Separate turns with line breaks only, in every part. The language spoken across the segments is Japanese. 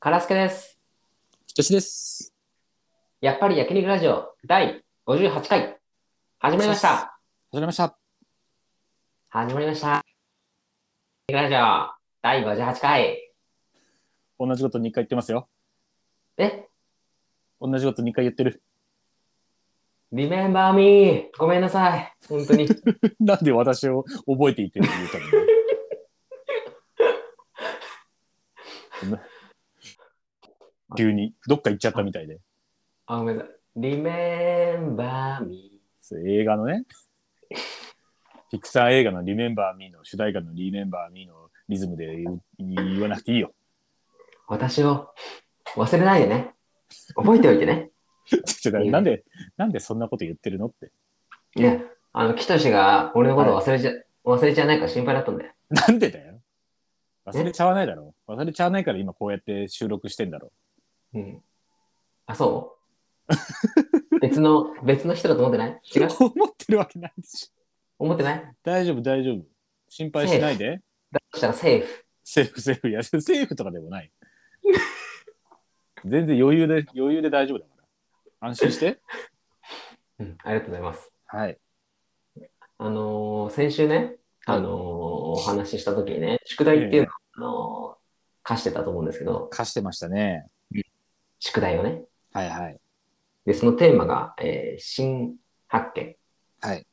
カラスケです。
ひとしです。
やっぱり焼肉ラジオ第58回、始まりました。
始まりました。
始まりました。焼肉ラジオ第58回。
同じこと2回言ってますよ。
え
同じこと2回言ってる。
?Remember me! ごめんなさい。本当 に。
なんで私を覚えていてるって言ったのごめん急にどっか行っちゃったみたいで。
あ、ごめんなさい。Remember me.
そう映画のね、ピクサー映画のリメンバーミーの主題歌のリメンバーミーのリズムで言言わなくていいよ。
私を忘れないでね。覚えておいてね。
ちょっとなんで、なんでそんなこと言ってるのって。
いや、あの、キトシが俺のこと忘れちゃ、忘れちゃいないか心配だったんだよ。
なんでだよ。忘れちゃわないだろ。忘れちゃわないから今こうやって収録してんだろ。
うん。あ、そう別の、別の人だと思ってない違う
思ってるわけないでしょ。
思ってない
大丈夫、大丈夫。心配しないで。
だとしたらセーフ。
セーフ、セーフ。いや、セーフとかでもない。全然余裕で、余裕で大丈夫だから。安心して。
うん、ありがとうございます。
はい。
あのー先週ね、あのーお話しした時にね、宿題っていうのを、あのー課してたと思うんですけど、
貸してましたね。
宿題をね。
はいはい。
で、そのテーマが、えー新発見。
はい。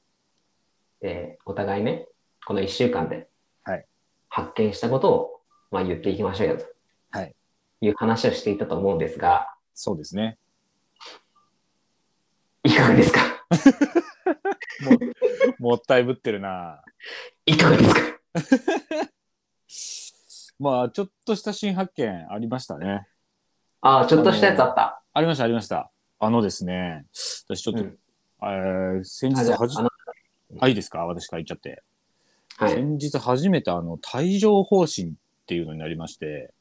で、お互いね、この1週間で
はい、
発見したことを、まあ、言っていきましょうよと。
はい。
いう話をしていたと思うんですが、
そうですね。
いかがですか
もったいぶってるな。
いかがですか
まあ、ちょっとした新発見ありましたね。
ああ、ちょっとしたやつあった。
ありました、ありました。あのですね、私ちょっと、
うん
えー先
あ
日
じゃあ
はじ
あの、
あ、いいですか私から言っちゃって。
はい。
先日初めてあの、帯状方針っていうのになりまして、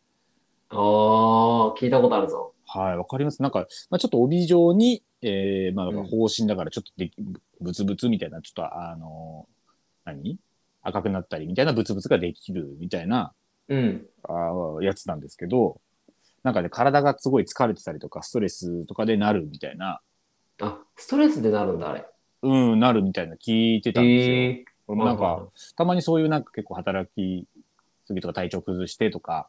おー、聞いたことあるぞ。
はい、わかります。なんか、まあ、ちょっと帯状に、えー、まあ、
うん
方針だから、ちょっとで、ブツブツみたいな、ちょっと、あのー何赤くなったりみたいなブツブツができるみたいな、
うん。
あーやつなんですけど、なんかね、体がすごい疲れてたりとか、ストレスとかでなるみたいな、
あ、ストレスでなるんだ、あれ。
うん、なるみたいな聞いてたんですよ。
ええ
俺もなんか、、たまにそういうなんか結構働きすぎとか体調崩してとか、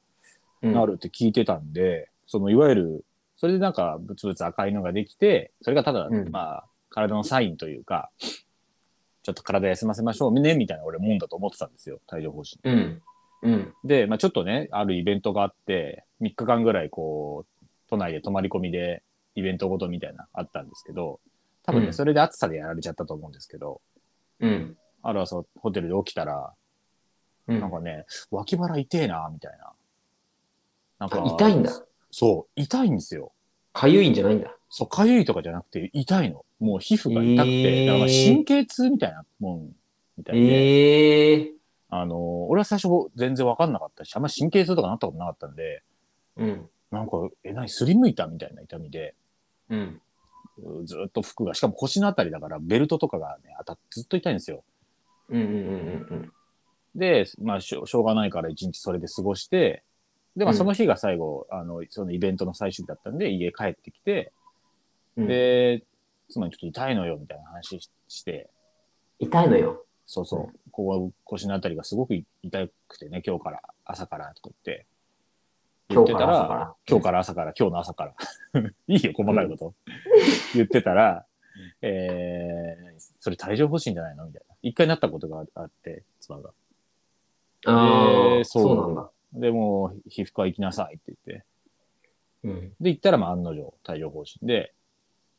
うん
なるって聞いてたんで、そのいわゆる、それでなんかブツブツ赤いのができて、それがただ、
うん
まあ、体のサインというか、ちょっと体休ませましょうね、みたいな俺もんだと思ってたんですよ、帯状疱疹。
うん。うん。
で、まあちょっとね、あるイベントがあって、3日間ぐらいこう、都内で泊まり込みでイベントごとみたいなあったんですけど、多分ね、
うん
それで暑さでやられちゃったと思うんですけど、
うん。
ある朝ホテルで起きたら、
うん
なんかね、脇腹痛えな、みたいな。な
あ
んか、
痛いんだ。
そう、痛いんですよ。
かゆいんじゃないんだ。
そう、かゆいとかじゃなくて、痛いの。もう皮膚が痛く
えー
て、だから神経痛みたいなもん、みたいで、
ええ
あのー俺は最初全然わかんなかったし、あんま神経痛とかなったことなかったんで、
うん。
なんか、え、何、すりむいたみたいな痛みで、
うん。
うずっと服が、しかも腰のあたりだから、ベルトとかがね、当たってずっと痛いんですよ。
うんうんうんうん
で、まあしょ、しょうがないから一日それで過ごして、で、まあ、
うん
その日が最後、あの、そのイベントの最終日だったんで、家帰ってきて、
うん。うん、
で、妻にちょっと痛いのよ、みたいな話しして、
痛いのよ。
そうそう
うん、
ここは腰のあたりがすごく痛くてね、今日から、朝から、とか言って。言
今
っ
日
て
か
た
ら
ら
朝、から。
今日から朝から、今日の朝から。 いいよ、細かいこと。言ってたら、えー、それ帯状疱疹じゃないのみたいな。一回なったことがあって、妻が。
あ
え
あ、
ー
そ
そう
な
う
んだ。
で、もう、皮膚科行きなさいって言って。
うん。
で、行ったら、まあ、案の定、帯状疱疹で、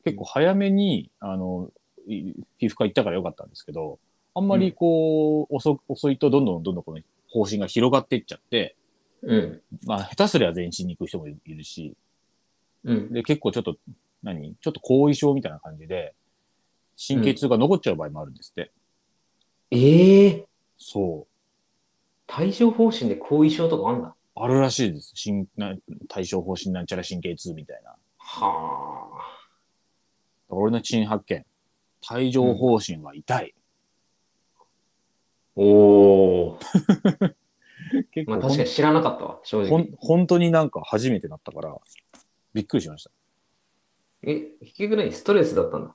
結構早めに、あの、い皮膚科行ったからよかったんですけど、あんまりこう、遅遅いとどんどんどんどんこの方針が広がっていっちゃって、
うん。
まあ、下手すりゃ全身に行く人もいるし、
うん。
で、結構ちょっと、何ちょっと後遺症みたいな感じで、神経痛が残っちゃう場合もあるんですって。
ええ
そ
帯状疱疹で後遺症とかあんだ。
う。あるらしいです。神な対症方針なんちゃら神経痛みたいな。だか
はあ。
ら俺の新発見。帯状方針は痛い。
おお。
結
ま
構
あ
ほ
確
ん
かに知らなかったわ、正直
ほん。本当になんか初めてなったから、びっくりしました。
え、結局何ストレスだったんだ。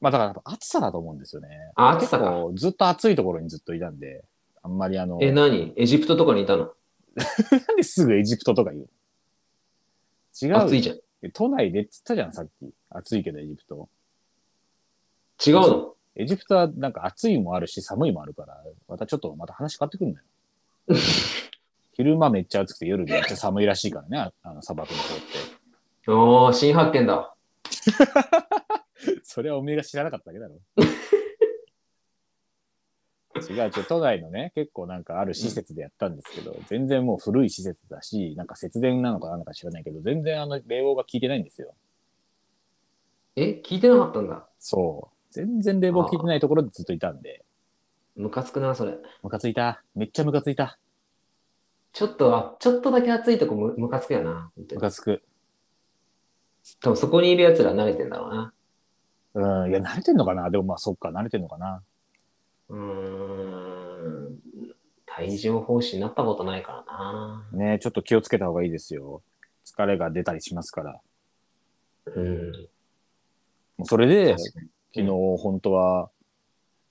まあだから多分暑さだと思うんですよね。
あ暑さか
結構ずっと暑いところにずっといたんで、あんまりあの、
え、
な
何エジプトとかにいたの
んですぐエジプトとか言う違うよ。
暑いじゃん。
都内でっつったじゃん、さっき。暑いけどエジプト。
違うの
エジプトはなんか暑いもあるし寒いもあるから、またちょっとまた話変わってくるのよ。 昼間めっちゃ暑くて夜めっちゃ寒いらしいからね、ああの砂漠の方っ
おー、新発見だ。
て。それはおめえが知らなかっただけ だろ。違う違う、都内のね、結構なんかある施設でやったんですけど、全然もう古い施設だし、なんか節電なのかなんか知らないけど、全然あの冷房が効いてないんですよ。
え、聞いてなかったんだ。
そう。全然冷房効いてないところでずっといたんで、
ムカつくな、それ。
ムカついた。めっちゃムカついた。
ちょっと、あちょっとだけ暑いとこむムカつくよな。本当
ム
に
カつく。
多分そこにいる奴ら慣れてんだろうな。
うん、いや、慣れてんのかなでもまあ、そっか、慣れてんのかな。
うーん。帯状疱疹になったことないからな。
ねちょっと気をつけた方がいいですよ。疲れが出たりしますから。
うん。
もうそれで、
確
昨
かに
日、本当は、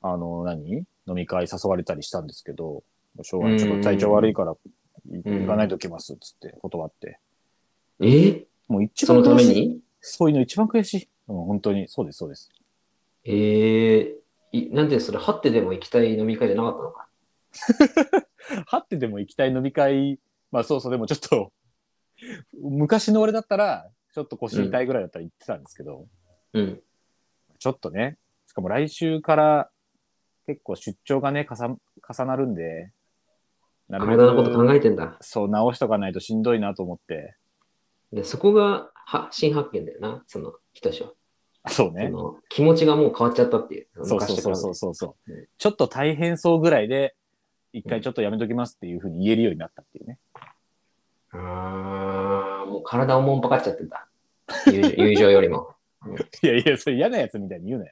あの、何飲み会誘われたりしたんですけど、もうしょうがない。ちょっと体調悪いから、い
うん
行かないときます、つって断って。
え
もう一
そ
番
のた
悔
め
しい。
に
そういうの一番悔しい。うん、本当に。そうです、そうです。
ええいなんでそれ、はってでも行きたい飲み会じゃなかったのか。
はってでも行きたい飲み会、まあそうそう、でもちょっと、昔の俺だったら、ちょっと腰痛いぐらいだったら行ってたんですけど、
うん。
ちょっとね、しかも来週から結構出張がね、かさ重なるんで、な
体のこと考えてんだ。
そう直しとかないとしんどいなと思って、
でそこがは新発見だよな、その人種は。
あそうね
そ。の気持ちがもう変わっちゃったっていう。
そうそうそう
昔と
そ
比
うそうそう、
うん
ちょっと大変そうぐらいで、一回ちょっとやめときますっていうふうに言えるようになったっていうね。
べてあーもう体をもんぱかっちゃってんだ。友 情友情よりも。
いやいや、それ嫌なやつみたいに言うなよ。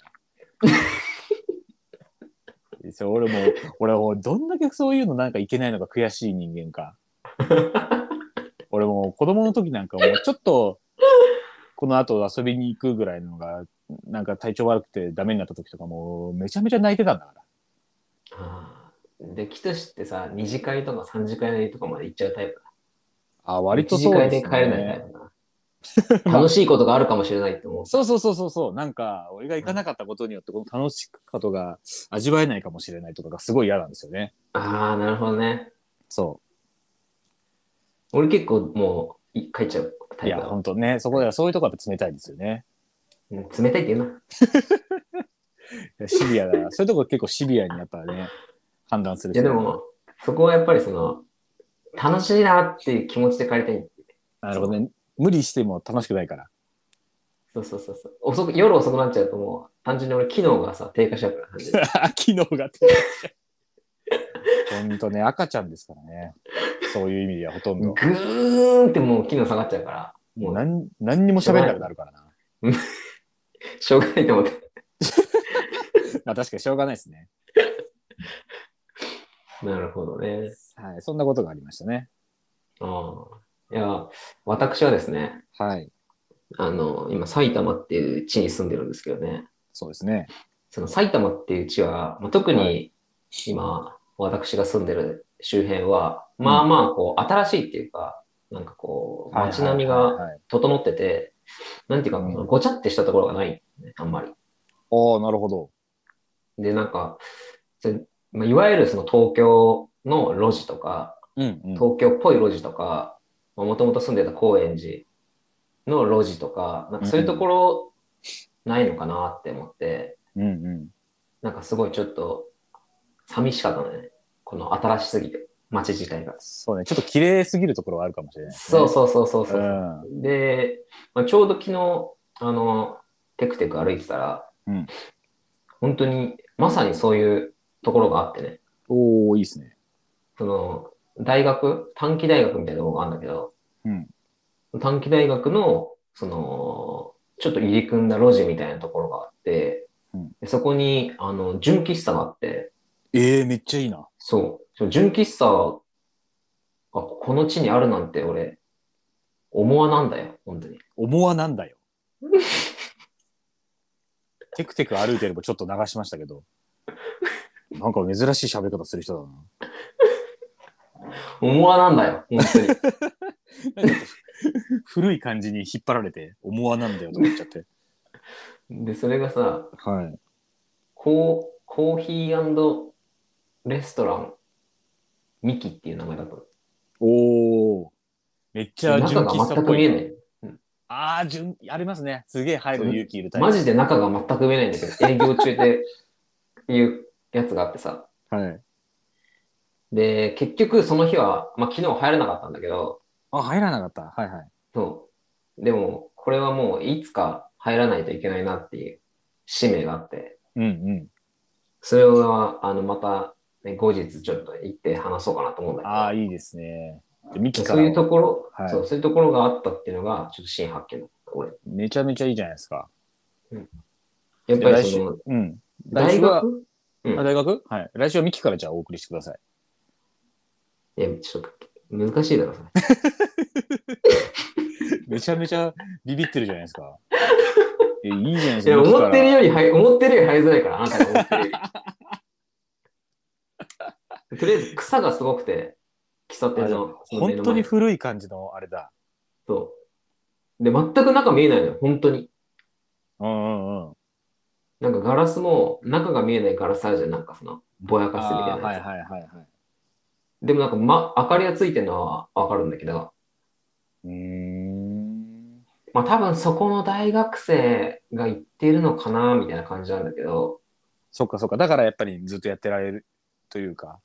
それ俺も、俺もうどんだけそういうのなんかいけないのが悔しい人間か。俺もう子供の時なんかもうちょっと、この後遊びに行くぐらいのが、なんか体調悪くてダメになった時とかもうめちゃめちゃ泣いてたんだから。
あーで、キトシってさ、二次会とか三次会とかまで行っちゃうタイプだ。
あ、割と
一
そ
次
う
会
で
で
すね。
帰れないタイプだ。楽しいことがあるかもしれないって思う。
そうそうそうそうそう。なんか、俺が行かなかったことによって、この楽しかことが味わえないかもしれないとかがすごい嫌なんですよね。
ああ、なるほどね。
そ
俺結構もうい帰っちゃう
う。
タ
い
イプ
や、
だわ
ほんとね、そこではそういうとこはやっぱ冷たいですよね。
うん冷たいって言うな。
いやシビアだ。そう いうとこ結構シビアにやっぱね、判断する
いや
人
でも、そこはやっぱりその、楽しいなっていう気持ちで帰りたい。
なるほどね。無理しても楽しくないから。
そうそうそうそう。遅く、夜遅くなっちゃうともう、単純に俺、機能がさ、低下しちゃうから、単純に
機能 が手ほんとね、赤ちゃんですからね。そういう意味ではほとん
ぐ
ど。
ーんってもう機能下がっちゃうから、もう、
何、何にも喋んなくなるか らな。
しょうがないと思って。
まあ確かにしょうがないですね。
なるほどね。
はい。そんなことがありましたね。
ああ。いや、私はですね、
はい。
あの、今、埼玉っていう地に住んでるんですけどね、
そうですね。
その埼玉っていう地は、まあ、特
は
に今、私が住んでる周辺は、まあまあ、こう、新しいっていうか、なんかこう、街並み
はい
が
はいはい。
整ってて、なんていうか、
うん
そのごちゃってしたところがない、ね、あんまり。
ああ、なるほど。
で、なんか、それまあ、いわゆるその東京の路地とか、
うん、うん。
東京っぽい路地とか、もともと住んでた高円寺の路地とか、なんかそういうところないのかなって思って、
うん、うん。
なんかすごいちょっと寂しかったのね。この新しすぎて、街自体が。
そうね。ちょっと綺麗すぎるところはあるかもしれないですね、
そうそうそうそうそうう。
ん。
で、まあ、ちょうど昨日、あの、テクテク歩いてたら、
うん
本当にまさにそういうところがあってね、
おおいいですね。
その、大学、短期大学みたいなのがあるんだけど、
うん。
短期大学の、その、ちょっと入り組んだ路地みたいなところがあって、
うん
でそこに、あの、純喫茶があって、
ええめっちゃいいな。
そう、その純喫茶あ、この地にあるなんて俺、思わなんだよ、本当に。
思わな んだよ。テクテク歩いてればちょっと流しましたけど。なんか珍しい喋り方する人
思わなんだよ、本当に。
だな。古い感じに引っ張られて、思わなんだよと思っちゃって。
で、それがさ、
はい。
コーコーヒーレストラン、ミキっていう名前だったの。
おお。めっちゃ純
中が
喫茶っ
全く
ぽ
見え
い。
ない。
ああ、純、ありますね。すげえ入る勇気いるタイプ。
マジで中が全く見えないんだけど、営業中でいうやつがあってさ。
はい。
で、結局その日は、まあ昨日入れなかったんだけど、
あ、入らなかった。はいはい。
そう。でも、これはもういつか入らないといけないなっていう使命があって、
うんうん。
それは、あの、また、ね、後日ちょっと行って話そうかなと思うんだけど。
ああ、いいですね。でミキか
そういう
ら
ところ、
はい
そう、そういうところがあったっていうのが、ちょっと新発見だった俺。
めちゃめちゃいいじゃないですか。
やっぱりその、
うん。
大
来週は
学
あ大学はい。来週はミキからじゃあお送りしてください。
いや、ちょっと、難しいだろ、それ。
めちゃめちゃビビってるじゃないで すか。えいいじゃないです
いや、
か。ミキか
思
ら
ってるよりはい、思ってるより入りづらいから、あなたが思ってるよ り。とりあえず、草がすごくて、喫茶店の、その目
本
の
当
前
に古い感じのあれだ。
そう。で、全く中見えないのよ、本当に。
うんうんうん。
なんかガラスも、中が見えないガラスあるじゃん、なんかその、ぼやかしてみた
あ
い
ー
な
はい
やつ。
はいはいはい。
でもなんか、ま、明かりがついてるのはわかるんだけど、
うーん。
まあ多分そこの大学生が行ってるのかな、みたいな感じなんだけど、
そっかそっか。だからやっぱりずっとやってられるというか、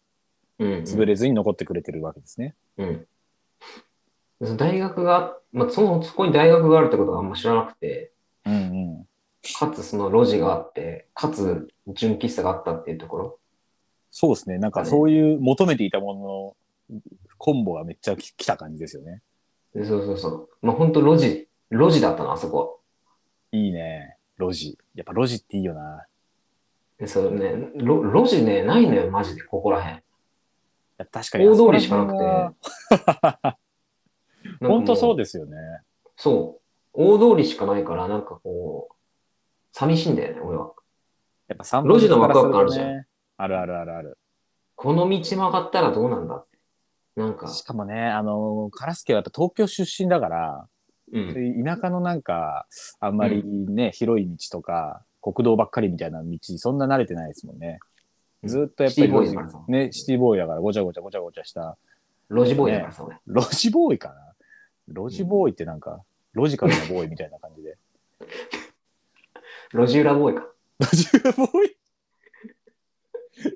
うん、うん。
潰れずに残ってくれてるわけですね。
うん。その大学が、まあ、その、そこに大学があるってことがあんま知らなくて、
うんうん。
かつその路地があって、かつ純喫茶があったっていうところ。
そうですね。なんかそういう求めていたもののコンボがめっちゃき来た感じですよね。
でそうそうそう。まあ、本当路地、路地だったな、あそこ。
いいね。路地。やっぱ路地っていいよな。
でそうね、ろ路地ね、ないのよ、マジで、ここらへん。
いや確かにあそこら辺は。
大通りしか ななんかも
本当そう
う
ですよね。
そう。大通りしかないから、なんかこう、寂しいんだよね、俺は。
やっぱ散歩
路地のワクワク
からす
ある
とねあるあるあるある。
この道曲がったらどうなんだって。なんか、
しかもね、あの、カラスケはやっぱ東京出身だから、
うん。
田舎のなんか、あんまりね、広い道とか、国道ばっかりみたいな道、そんな慣れてないですもんね。ずっとやっぱり
シティボーイだからさ
ね、シティボーイだからごちゃごちゃごちゃごちゃした。
路地ボーイだからさ、俺。
路地ボーイかな路地ボーイってなんか、路地からのボーイみたいな感じで。
路地裏ボーイか。
路地裏ボーイ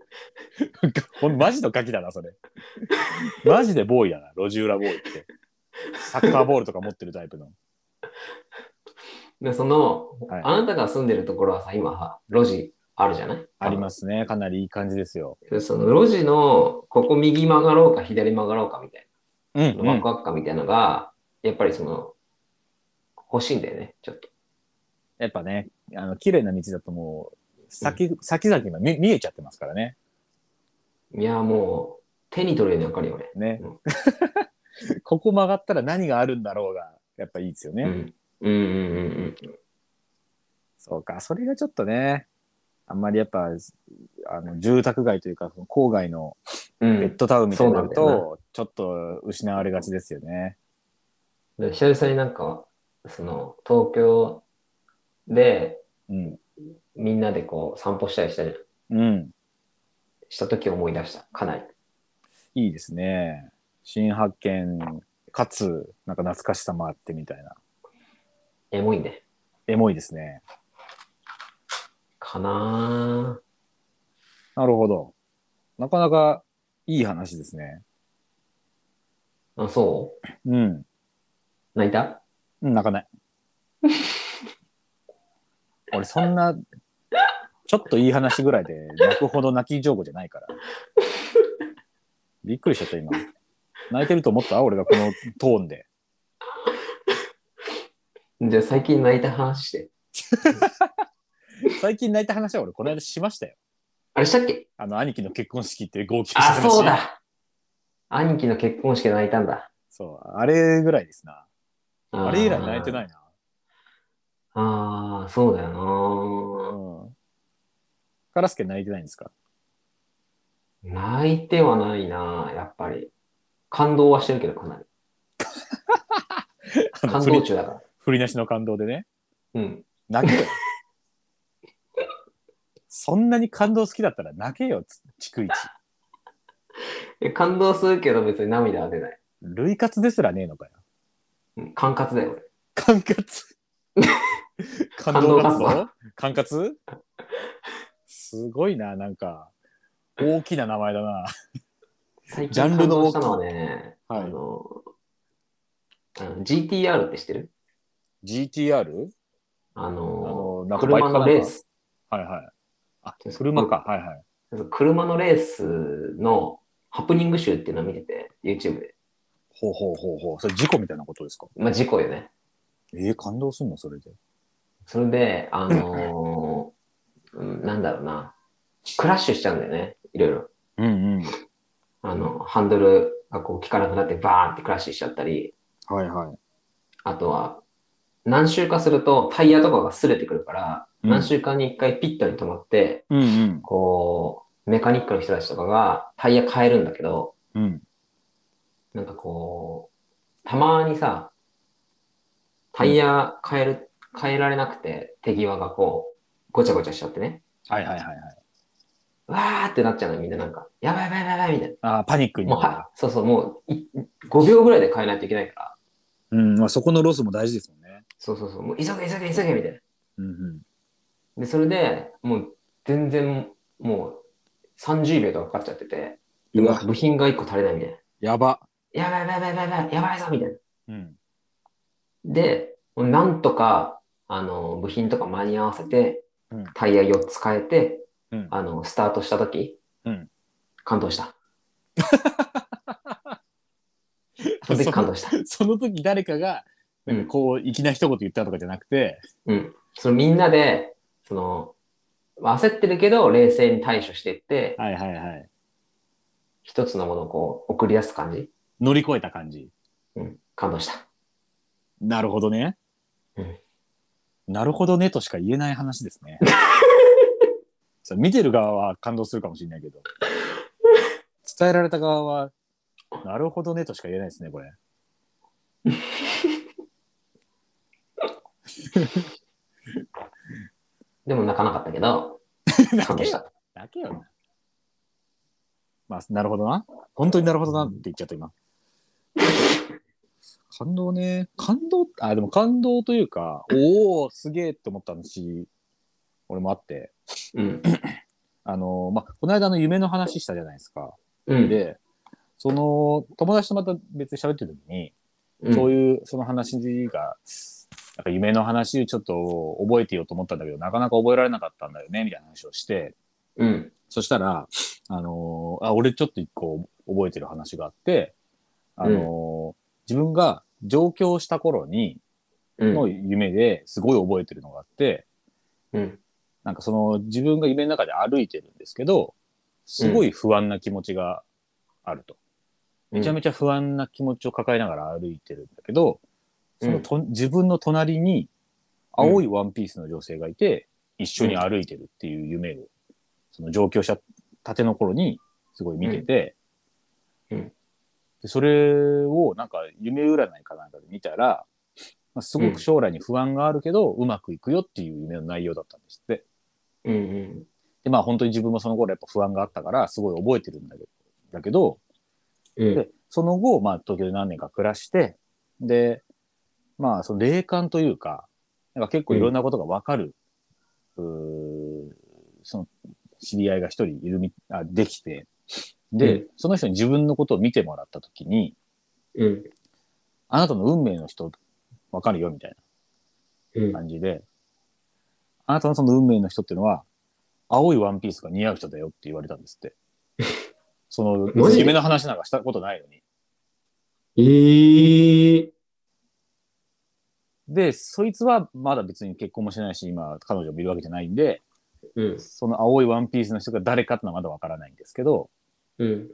ほんマジのガキだな、それ。マジでボーイだな、路地裏ボーイって。サッカーボールとか持ってるタイプの。
で、その、
はい
あなたが住んでるところはさ、今は、路地あるじゃない。
ありますすね。かなりいい感じですよ。
でその路地の、ここ右曲がろうか、左曲がろうかみたい
うん
な、ワクワク感みたいなのが、やっぱりその、欲しいんだよね、ちょっと。
やっぱね、あの、綺麗な道だともう、先、先々が見見えちゃってますからね。
いや、もう、手に取るようにわかるよね。
ね
うん。
ここ曲がったら何があるんだろうが、やっぱいいですよね。
うん。うんうんうんうん。
そうか、それがちょっとね、あんまりやっぱ、あの、住宅街というか、その郊外の
う
ベ
ん
ッ、ドタウンみたいになる
そうなんだ
と、ちょっと失われがちですよね。
で久々になんか、その、東京で
うん。
みんなでこう散歩したりしたり
うん。
した時を思い出した、かなり。
いいですね。新発見、かつ、なんか懐かしさもあってみたいな。
エモいね。
エモいですね。
かなぁ
なるほど。なかなかいい話ですね。
あ、そ
うん。
う泣いた
うん泣か ない。俺そんな、ちょっといい話ぐらいで泣くほど泣き上手じゃないから。びっくりしちゃった今。泣いてると思った俺がこのトーンで。
じゃあ最近泣いた話して。
最近泣いた話は俺この間しましたよ。
あれしたっけ
あの兄貴の結婚式っていう号泣した
あ、
話。
そうだ兄貴の結婚式で泣いたんだ。
そう、あれぐらいですな。あれ以来泣いて
い。
ないな。
ああ、そうだよな
うん。カラスケ泣いてないんですか
泣いてはないなやっぱり。感動はしてるけど、かなり。
あの
感
振り
動中だから。
振りなしの感動でね。
うん。
泣けよ。そんなに感動好きだったら泣けよ、つ逐一。
え感動するけど別に涙は出ない。
類活ですらねえのかよ。
うん管轄だよ、俺。
管轄感動活動管轄すごいな、なんか、大きな名前だな。
最
ジャンル
感
の
動し
大きさ
たのはね、
はい
あの、あの GTR って知ってる
GTR?
あ
あ
の、
の、なんかバイ
車
ク
の
かなん
レー
か。
ス。
はいはい。あ、車か。はいはい。
うん。車のレースのハプニング集っていうのを見てて、YouTube で。
ほうほうほうほう。それ事故みたいなことですか
まあ、事故よね。
ええ感動すんのそれで。
それで、あのーうんなんだろうな、クラッシュしちゃうんだよね、いろいろ。
うんうん。
あの、ハンドルがこう効かなくなってバーンってクラッシュしちゃったり、
はいはい。
あとは、何周かするとタイヤとかが擦れてくるから、
うん
何周間に一回ピットに止まって、
うんうん。
こう、メカニックの人たちとかがタイヤ変えるんだけど、
うん。
なんかこう、たまにさ、タイヤ変える、変えられなくて、手際がこう、ごちゃごちゃしちゃってね。
はいはいはいはい。
わーってなっちゃうのよみんななんか、やばいやばいやばいみたい
ああ、パニック
な。
に
もうは、そうそう、もうい5秒ぐらいで変えないといけないから、
うん。まあそこのロスも大事ですもんね。
そうそうそう、もう急げ急げ急げみたいな。
うんうん。
で、それでもう全然もう30秒とかかかっちゃってて、で
う
もな
わ
んか、部品が1個足りないみたいな。
やば。
やばいやばいやばいやばいやばいぞみたいな。
うん。
で、もうなんとか、あの、部品とか間に合わせて
うん、
タイヤ4つ変えて、
うん
あの、スタートした時
うん
感動 した。その時感動した。
その時誰かが、なんかこう、粋な一言言ったとかじゃなくて、
うん。そのみんなで、その、まあ焦ってるけど、冷静に対処していって、
はいはいはい。
一つのものをこう、送り出す感じ。
乗り越えた感じ。
うん。感動した。
なるほどね。
うん
なるほどねとしか言えない話です ね。それ見てる側は感動するかもしれないけど、伝えられた側は、なるほどねとしか言えないですね、これ。
でも泣かなかったけど、
泣
感動
け
し
よ。
た。
泣けよな。まあ、なるほどな。本当になるほどなって言っちゃった、今。 感動ね。感動、あ、でも感動というか、おお、すげえって思った話、俺もあって。
うん。
あの、まあ、この間の夢の話したじゃないですか。
うん。
で、その、友達とまた別に喋ってる時に、
うん、
そういう、その話が、なんか夢の話ちょっと覚えてようと思ったんだけど、なかなか覚えられなかったんだよね、みたいな話をして、
うん。
そしたら、あのーあ、俺ちょっと一個覚えてる話があって、あのー自分が上京した頃に、
うん。
の夢ですごい覚えてるのがあって、
うん。
なんかその自分が夢の中で歩いてるんですけど、すごい不安な気持ちがあると。めちゃめちゃ不安な気持ちを抱えながら歩いてるんだけど、そのと、自分の隣に青いワンピースの女性がいて、一緒に歩いてるっていう夢を、その上京したたての頃にすごい見てて、
うんうん
でそれをなんか夢占いかなんかで見たら、まあ、すごく将来に不安があるけど、うまくいくよっていう夢の内容だったんですって。
うん。うん。
で、まあ本当に自分もその頃やっぱ不安があったから、すごい覚えてるんだけど、だけど、
うん。
で、その後、まあ、東京で何年か暮らして、で、まあ、その霊感というか、なんか結構いろんなことがわかる、うーその、知り合いが一人いるみ、あ、できて、で、
う
その人に自分のことを見てもらったときに、
うん。
あなたの運命の人、わかるよ、みたい
うん。
な感じで、あなたのその運命の人っていうのは、青いワンピースが似合う人だよって言われたんで すって。その、
マジ
夢の話なんかしたことないのに。
えー。
で、そいつはまだ別に結婚もしてないし、今彼女もいるわけじゃないんで、
うん。
その青いワンピースの人が誰かってのはまだわからないんですけど、
うん。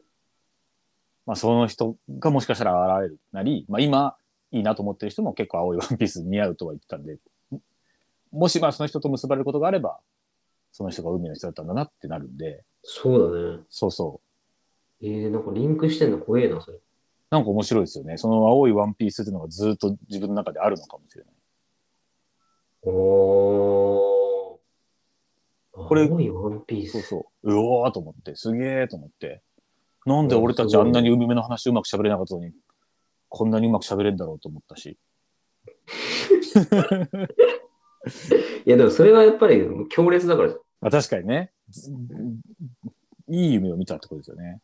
まあ、その人がもしかしたら現れるなり、まあ、今いいなと思ってる人も結構青いワンピース似合うとは言ってたんで、もしまあその人と結ばれることがあれば、その人が海の人だったんだなってなるんで、
そうだね。
そうそう。
えー、なんかリンクしてんの怖えな、それ。
なんか面白いですよね。その青いワンピースっていうのがずっと自分の中であるのかもしれない。
おー。
これ
青いワンピース。
そうそう。うおーと思って、すげーと思って。なんで俺たちあんなに海辺の話うまく喋れなかったのに、こんなにうまく喋れるんだろうと思ったし。
いや、でもそれはやっぱり強烈だから。
まあ、確かにね、ずいい夢を見たってことですよね。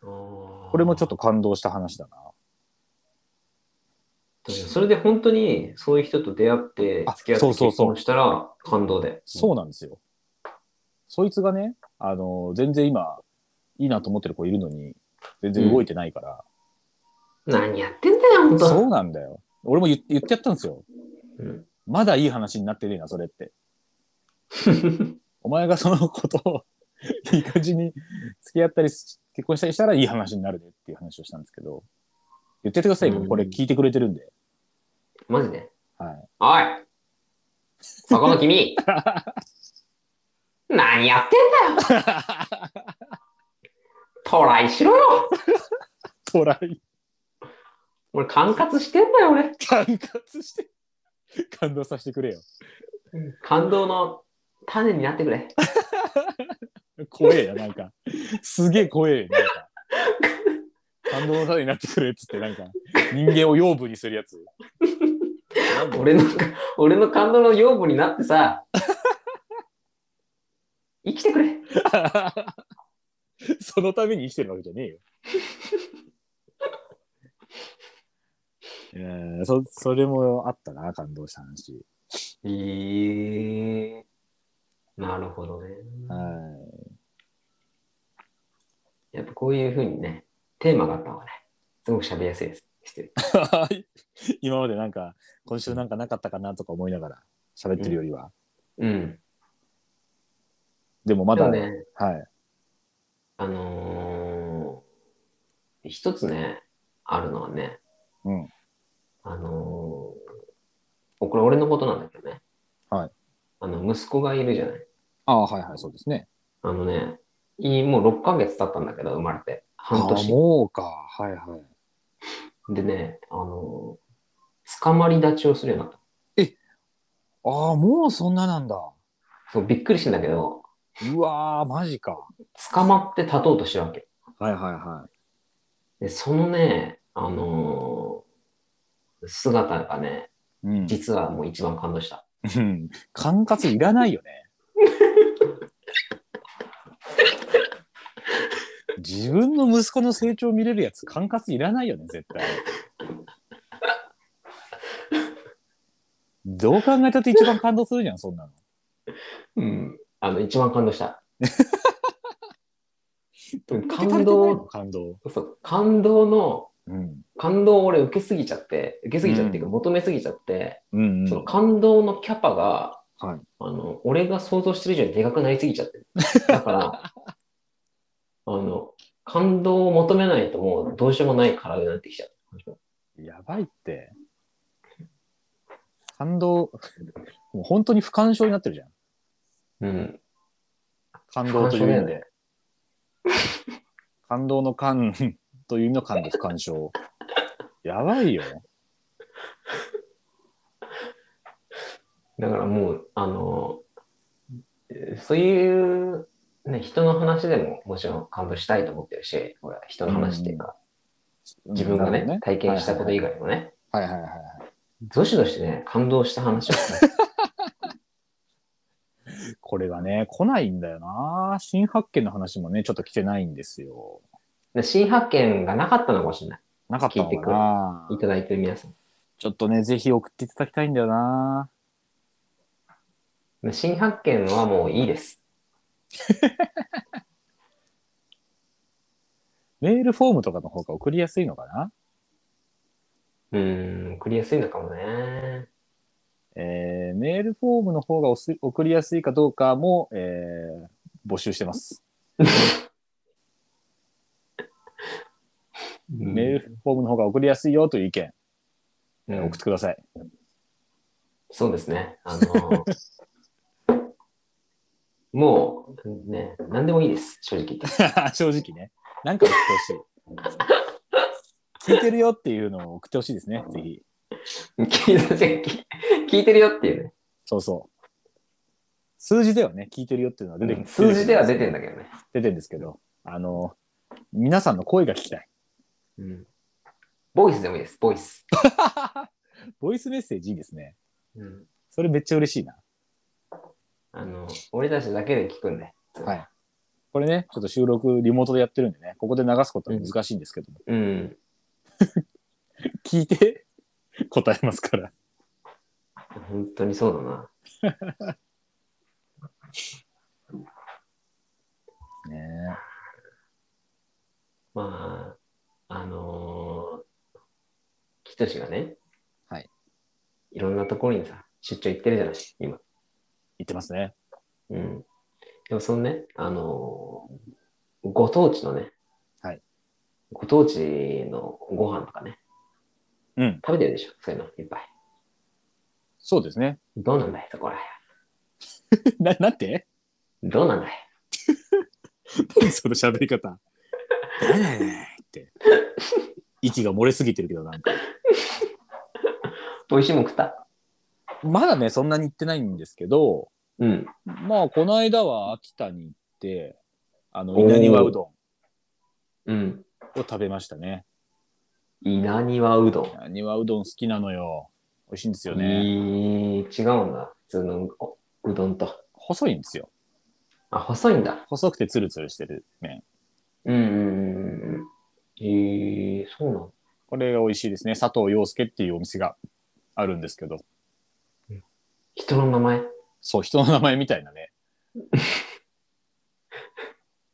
こ
これもちょっと感動した話だな。
と。それで本当にそういう人と出会って
あ、
付き合って
そうそう
結
そう
婚したら感動で。
そうなんですよ。そいつがね、あの、全然今、いいなと思ってる子いるのに、全然動いてないから、
何やってんだよ、本当
そうなんだよ。俺も言言ってやったんですよ。
うん
まだいい話になってねえな、それって。お前がそのことを、いい感じに付き合ったりし、結婚したりしたらいい話になるねっていう話をしたんですけど、言ってってくださいよ、
うん
これ聞いてくれてるんで。
マジで。
はい。
おいそこの 君何やってんだトライしろよ
トライ、
俺管轄してんだよ、俺。
管轄して、感動させてくれよ。
感動の種になってくれ。
怖えや、なんか。すげえ怖えよ、なんか。感動の種になってくれっつって、なんか、人間を養分にする やつ。なんだ
俺のか、俺の感動の養分になってさ、生きてくれ。
そのために生きてるわけじゃねえ よ。いやーそそれもあったな、感動した話。
ええなるほどね。
はい。
やっぱこういうふうにね、テーマがあった方がね、すごく喋りやすいです。してる
今までなんか、今週なんかなかったかなとか思いながら喋ってるよりは。
うん。
でもま
で
だ、
もね、
はい。
あのー一つね、あるのはね、
うん。
あのーこれ俺のことなんだけどね。
はい。
あの、息子がいるじゃない。
ああ、はいはい、そうですね。
あのね、いいもう6ヶ月経ったんだけど、生まれて。半
ああ
年。
もうか。はいはい。
でね、あのー捕まり立ちをするようになった。
ああ、もうそんななんだ。
そうびっくりしたんだけど、
うわー、マジか。
捕まって立とうとしてるわけ。
はいはいは
で、そのね、あのー姿がね、
い。うん。
実はもう一番感動した。
うん管轄いらないよね。自分の息子の成長見れるやつ管轄いらないよね絶対。どう考えたって一番感動するじゃんそんなの。
うん。あの、一番感動 した。
感
感
動
動、
感動。
そう、感動の、
うん。
感動を俺受けすぎちゃって、受けすぎちゃっていうか、求めすぎちゃって、
うん、う
その
ん。
感動のキャパが、
はい。
あの、俺が想像してる以上にでかくなりすぎちゃってる。だから、 あの、感動を求めないともうどうしようもない体になってきちゃう。
やばいって。感動、もう本当に不感症になってるじゃん。
うん。
感動という意味で。感動の感 という意味の感動不干渉。やばいよ。
だからもう、あの、えーそういう、ね、人の話でももちろん感動したいと思ってるし、俺は人の話っていうか、自分がね、体験したこと以外もね、
はいはいはいはい。
どしどしね、感動した 話をね、
これがね、来ないんだよな。新発見の話もね、ちょっと来てないんですよ。
で新発見がなかったのかもしれない。
なかったの
聞いて
か
く。
ない
ただいてる皆さん。
ちょっとね、ぜひ送っていただきたいんだよな。
で新発見はもういいです。
メールフォームとかの方が送りやすいのかな
うーん、送りやすいのかもね。
えー、メールフォームの方がおす送りやすいかどうかも、えー、募集してます。
うん
メールフォームの方が送りやすいよという意見、
う
えー
ん
送ってください。
そうですね。あ のもう、ね、何でもいいです、正直言って。
正直ね。なんか送ってほしい。聞いてるよっていうのを送ってほしいですね、ぜひ。
聞いて聞いてるよっていうね。
そうそう。数字ではね、聞いてるよっていうのは出て
数字では出てん
だ。
だけどね。
出てんですけど、あの、皆さんの声が聞きたい。
うん。ボイスでもいいです、ボイス。
ボイスメッセージいいですね。
うん、
それめっちゃ嬉しいな。
あの、俺たちだけで聞くんで。
はい。これね、ちょっと収録リモートでやってるんでね、ここで流すことは難しいんですけども、
うん。
聞いて答えますから。
本当にそうだな。
ね
まあ、あのー、キトシがね、
はい。
いろんなところにさ、出張行ってるじゃない、今。
言ってますね。
うん。でもそのね、あのーご当地のね、
はい。
ご当地のご飯とかね、
うん。
食べてるでしょ、そういうのいっぱい。
そうですね。
どうなんだい、そこら
な、なんて
へん。どうなんだい。
何その喋り方。って。息が漏れすぎてるけど、なんか。
美味しいもん食った。
まだね、そんなに行ってないんですけど、
うん。
まあ、この間は秋田に行って、あの、稲庭うど
うん。
んを食べましたね。
稲庭うどん。
稲庭うどん好きなのよ。美味しいんですよね。
いい違うんだ、普通のうおうどんと。
細いんですよ。
あ、細いんだ。
細くてツルツルしてる麺。
うんうんうんうん。えー、そうなんだ。
これが美味しいですね。佐藤洋介っていうお店があるんですけど、
人の名前。
そう、人の名前みたいなね。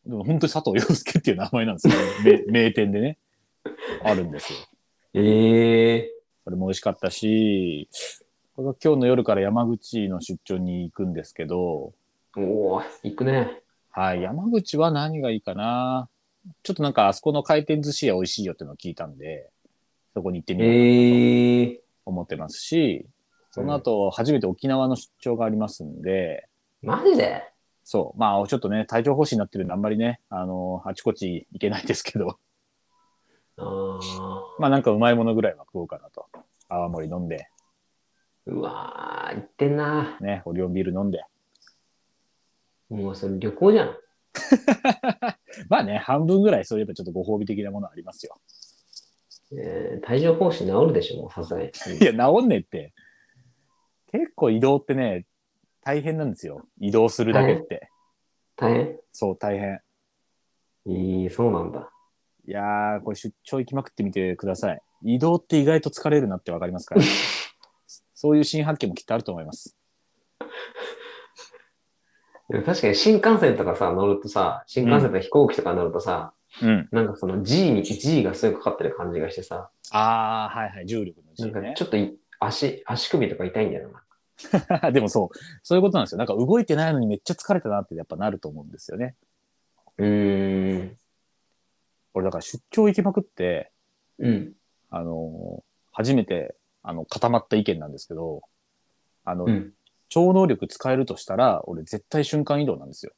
でも本当に佐藤洋介っていう名前なんですよ、ね。名名店でね。あるんですよ。
ええ
これも美味しかったし、これが今日の夜から山口の出張に行くんですけど、
ー。おー、行くね。
はい、山口は何がいいかな。ちょっとなんかあそこの回転寿司屋美味しいよっていうのを聞いたんで、そこに行ってみよう
ええー。
思ってますし、その後、初めて沖縄の出張がありますんで、
マジで
そう、まあ、ちょっとね、体調不支になってるんで、あんまりね、あの、あちこち行けないですけど、
ああ。
まあ、なんかうまいものぐらいは食おうかなと。泡盛飲んで、
うわー、行ってんな。
ね、オリオンビール飲んで。
もうそれ旅行じゃん。
まあね、半分ぐらいそういえばちょっとご褒美的なものありますよ。
えー、帯状疱疹治るでしょ、もうさすがに。
いや、治んねえって。結構移動ってね、大変なんですよ。移動するだけって。
大変
そう、大変。
いい、そうなんだ。
いやー、これ出張行きまくってみてください。移動って意外と疲れるなってわかりますから。 そういう新発見もきっとあると思います。
でも確かに新幹線とかさ、乗るとさ、新幹線とか飛行機とか乗るとさ、
うん。
なんかその G に、G がすごいかかってる感じがしてさ、
あー、はいはい、重力の
なん
字
か
ね
ち。ょっとい足、足首とか痛いんだよな。
でもそう、そういうことなんですよ。なんか動いてないのにめっちゃ疲れたなってやっぱなると思うんですよね。
うーん。
俺だから出張行きまくって、
うん。
あのー初めて、あの、固まった意見なんですけど、あの、
うん。
超能力使えるとしたら、俺絶対瞬間移動なんですよ。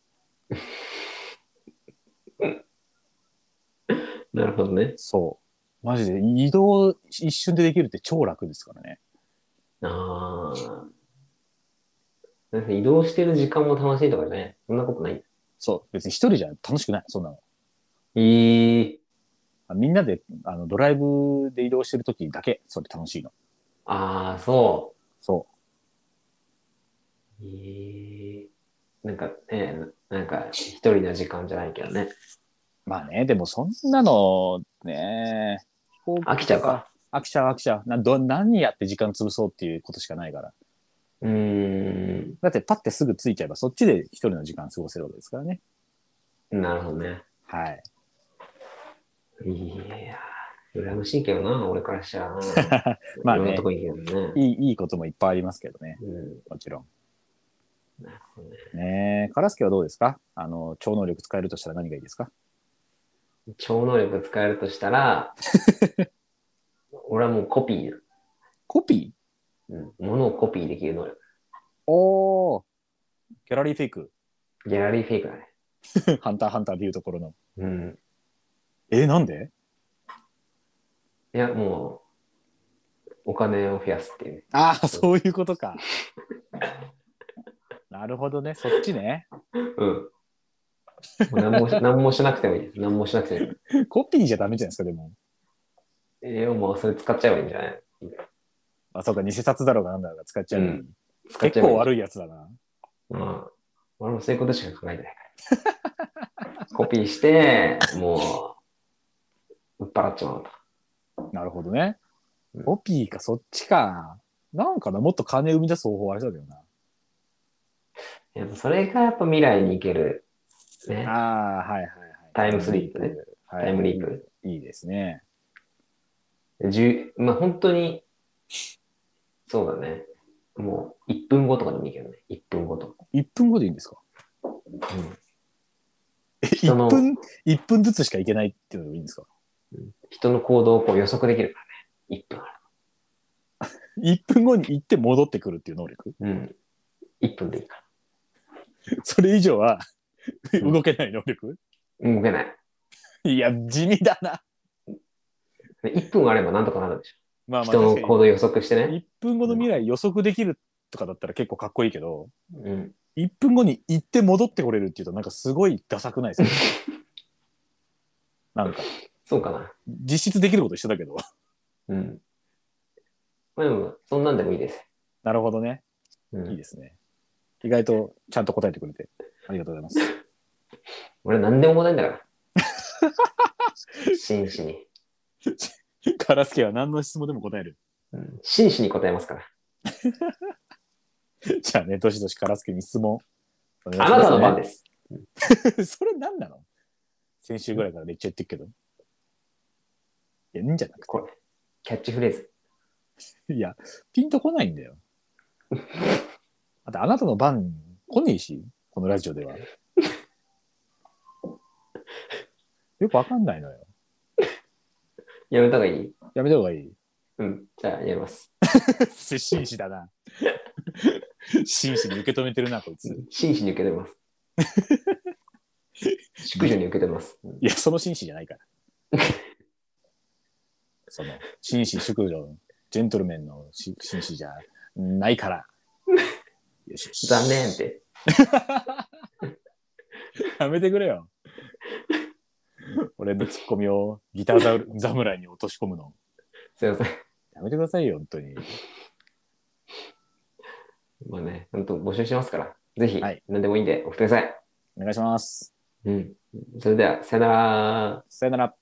なるほどね。
そう。マジで移動一瞬でできるって超楽ですからね。
ああ。なんか移動してる時間も楽しいとかね。そんなことない。
そう、別に一人じゃ楽しくない、そんなの。
いい。
あみんなであのドライブで移動してる時だけ、それ楽しいの。
ああ、そ。
そう
えー、なんかね、なんか一人の時間じゃないけどね。
う。まあね、でもそんなの、ね飛行機と
飽きちゃうか。
飽きちゃう、飽きちゃう。など何やって時間潰そうっていうことしかないから。
うーん、
だってパッてすぐ着いちゃえば、そっちで一人の時間過ごせるわけですからね。
なるほどね。
はい。
いやー、羨ましいけどな、俺からしたらな。
まあ
いろん
ね
なとこ行けどね。
いい、いいこともいっぱいありますけどね。
う
もちろん。
ん、なるほどね。
ねえ、カラスケはどうですかあの、超能力使えるとしたら何がいいですか
超能力使えるとした ら、俺はもうコピーだ、
コピ
うん。物をコピーできる能力。
ーおー。ギャラリーフェイク。
ギャラリーフェイクだね。
ハンターハンターでいうところの。
うん。
えー、なんで
いや、もう、お金を増やすっていうね。
ああ、そういうことか。 なるほどね。そっちね。
うん。もう何 もし何もしなくてもいいです。何もしなくてもいい。
コピーじゃダメじゃないですか、でも。
ええもうそれ使っちゃえばいいんじゃない
あ、そうか、偽札だろうがなんだろうが使っちゃう。
うん使っち
結
ゃえばい
構
い。
悪いやつだな。
うん。俺もそういうことしか考えてない から。コピーして、もう、売っ払っちまうと。
なるほどね
うん。
コピーか、そっちか。なんかな、もっと金生み出す方法ありそうだよ
やっぱそれがやっぱ未来に行ける、ね
な。、ああ、はいはいはい。
タイムスリープね。
はい、
タイムリープ。
いいですね。
じゅうまあ本当に、そうだね。もう1分後とかでもいいけどね。1分後とか。
1分後でいいんですか
うん
え、
人の
1分、一分ずつしかいけないっていうのでもいいんですか
人の行動をこう予測できるからね。1分あ
?1 分後に行って戻ってくるっていう能力
る。うん。1分でいいか
それ以上は
うん
動けない能力、
ら。動けない。
いや、地味だな。
1分あればなんとかなるでし
まあ
ょ。
まあ
人の
確か
行動予測して
に、
ね。
1分後の未来予測できるとかだったら結構かっこいいけど、
うん。
1分後に行って戻ってこれるっていうとなんかすごいダサくないですか なんか、
そうかな。
実質できること一緒だけど。
うん。まあでも、そんなんでもいいです。
なるほどね。
う
いい
ん、
ですね。意外とちゃんと答えてくれて、ありがとうございます。
俺何でも答えんだ から。真摯に。
カラスケは何の質問でも答える。
うん真摯に答えますから。
じゃあね、どしどしカラスケに質問。
あなたの番です。
す。 それ何なの先週ぐらいからめっちゃ言ってるけど。いや、いいんじゃなく
これ、キャッチフレーズ。
て。いや、ピンとこないんだよ。あと、あなたの番来ねえし、このラジオでは。よくわかんないのよ。
やめた方がいい
やめた方がいい。
うん。じゃあ、やります。
真摯だな。真摯に受け止めてるな、こいつ。
真摯に受け止め ます。淑女に受け止めます。うん
いや、その紳士じゃないから。その、紳士、淑女、ジェントルメンのし紳士じゃないから。よしよし
残念っ。て。
やめてくれよ。俺のツッコミをギターザウ侍に落とし込むの。
すいません。
やめてくださいよ、本当に。
まあね、本当募集してますから。ぜひ、
はい
何でもいいんで送ってください。
お願いします。
うん。それでは、さよなら。
さよなら。